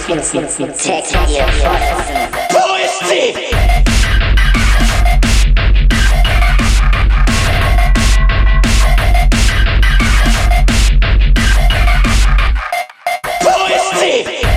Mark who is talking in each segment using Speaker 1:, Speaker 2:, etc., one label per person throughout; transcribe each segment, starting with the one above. Speaker 1: Protect your forces.
Speaker 2: Poetry! Poetry!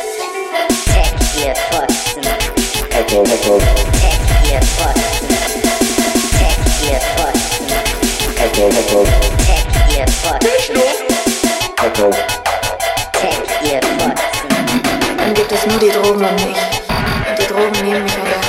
Speaker 1: Protect your forces.
Speaker 3: Echo, echo,
Speaker 1: Protect your forces. Protect your forces.
Speaker 3: echo, echo,
Speaker 1: Protect your forces.
Speaker 3: echo,
Speaker 1: Protect your forces.
Speaker 4: Dann gibt es nur die Drogen und mich. Und die Drogen nehmen mich an der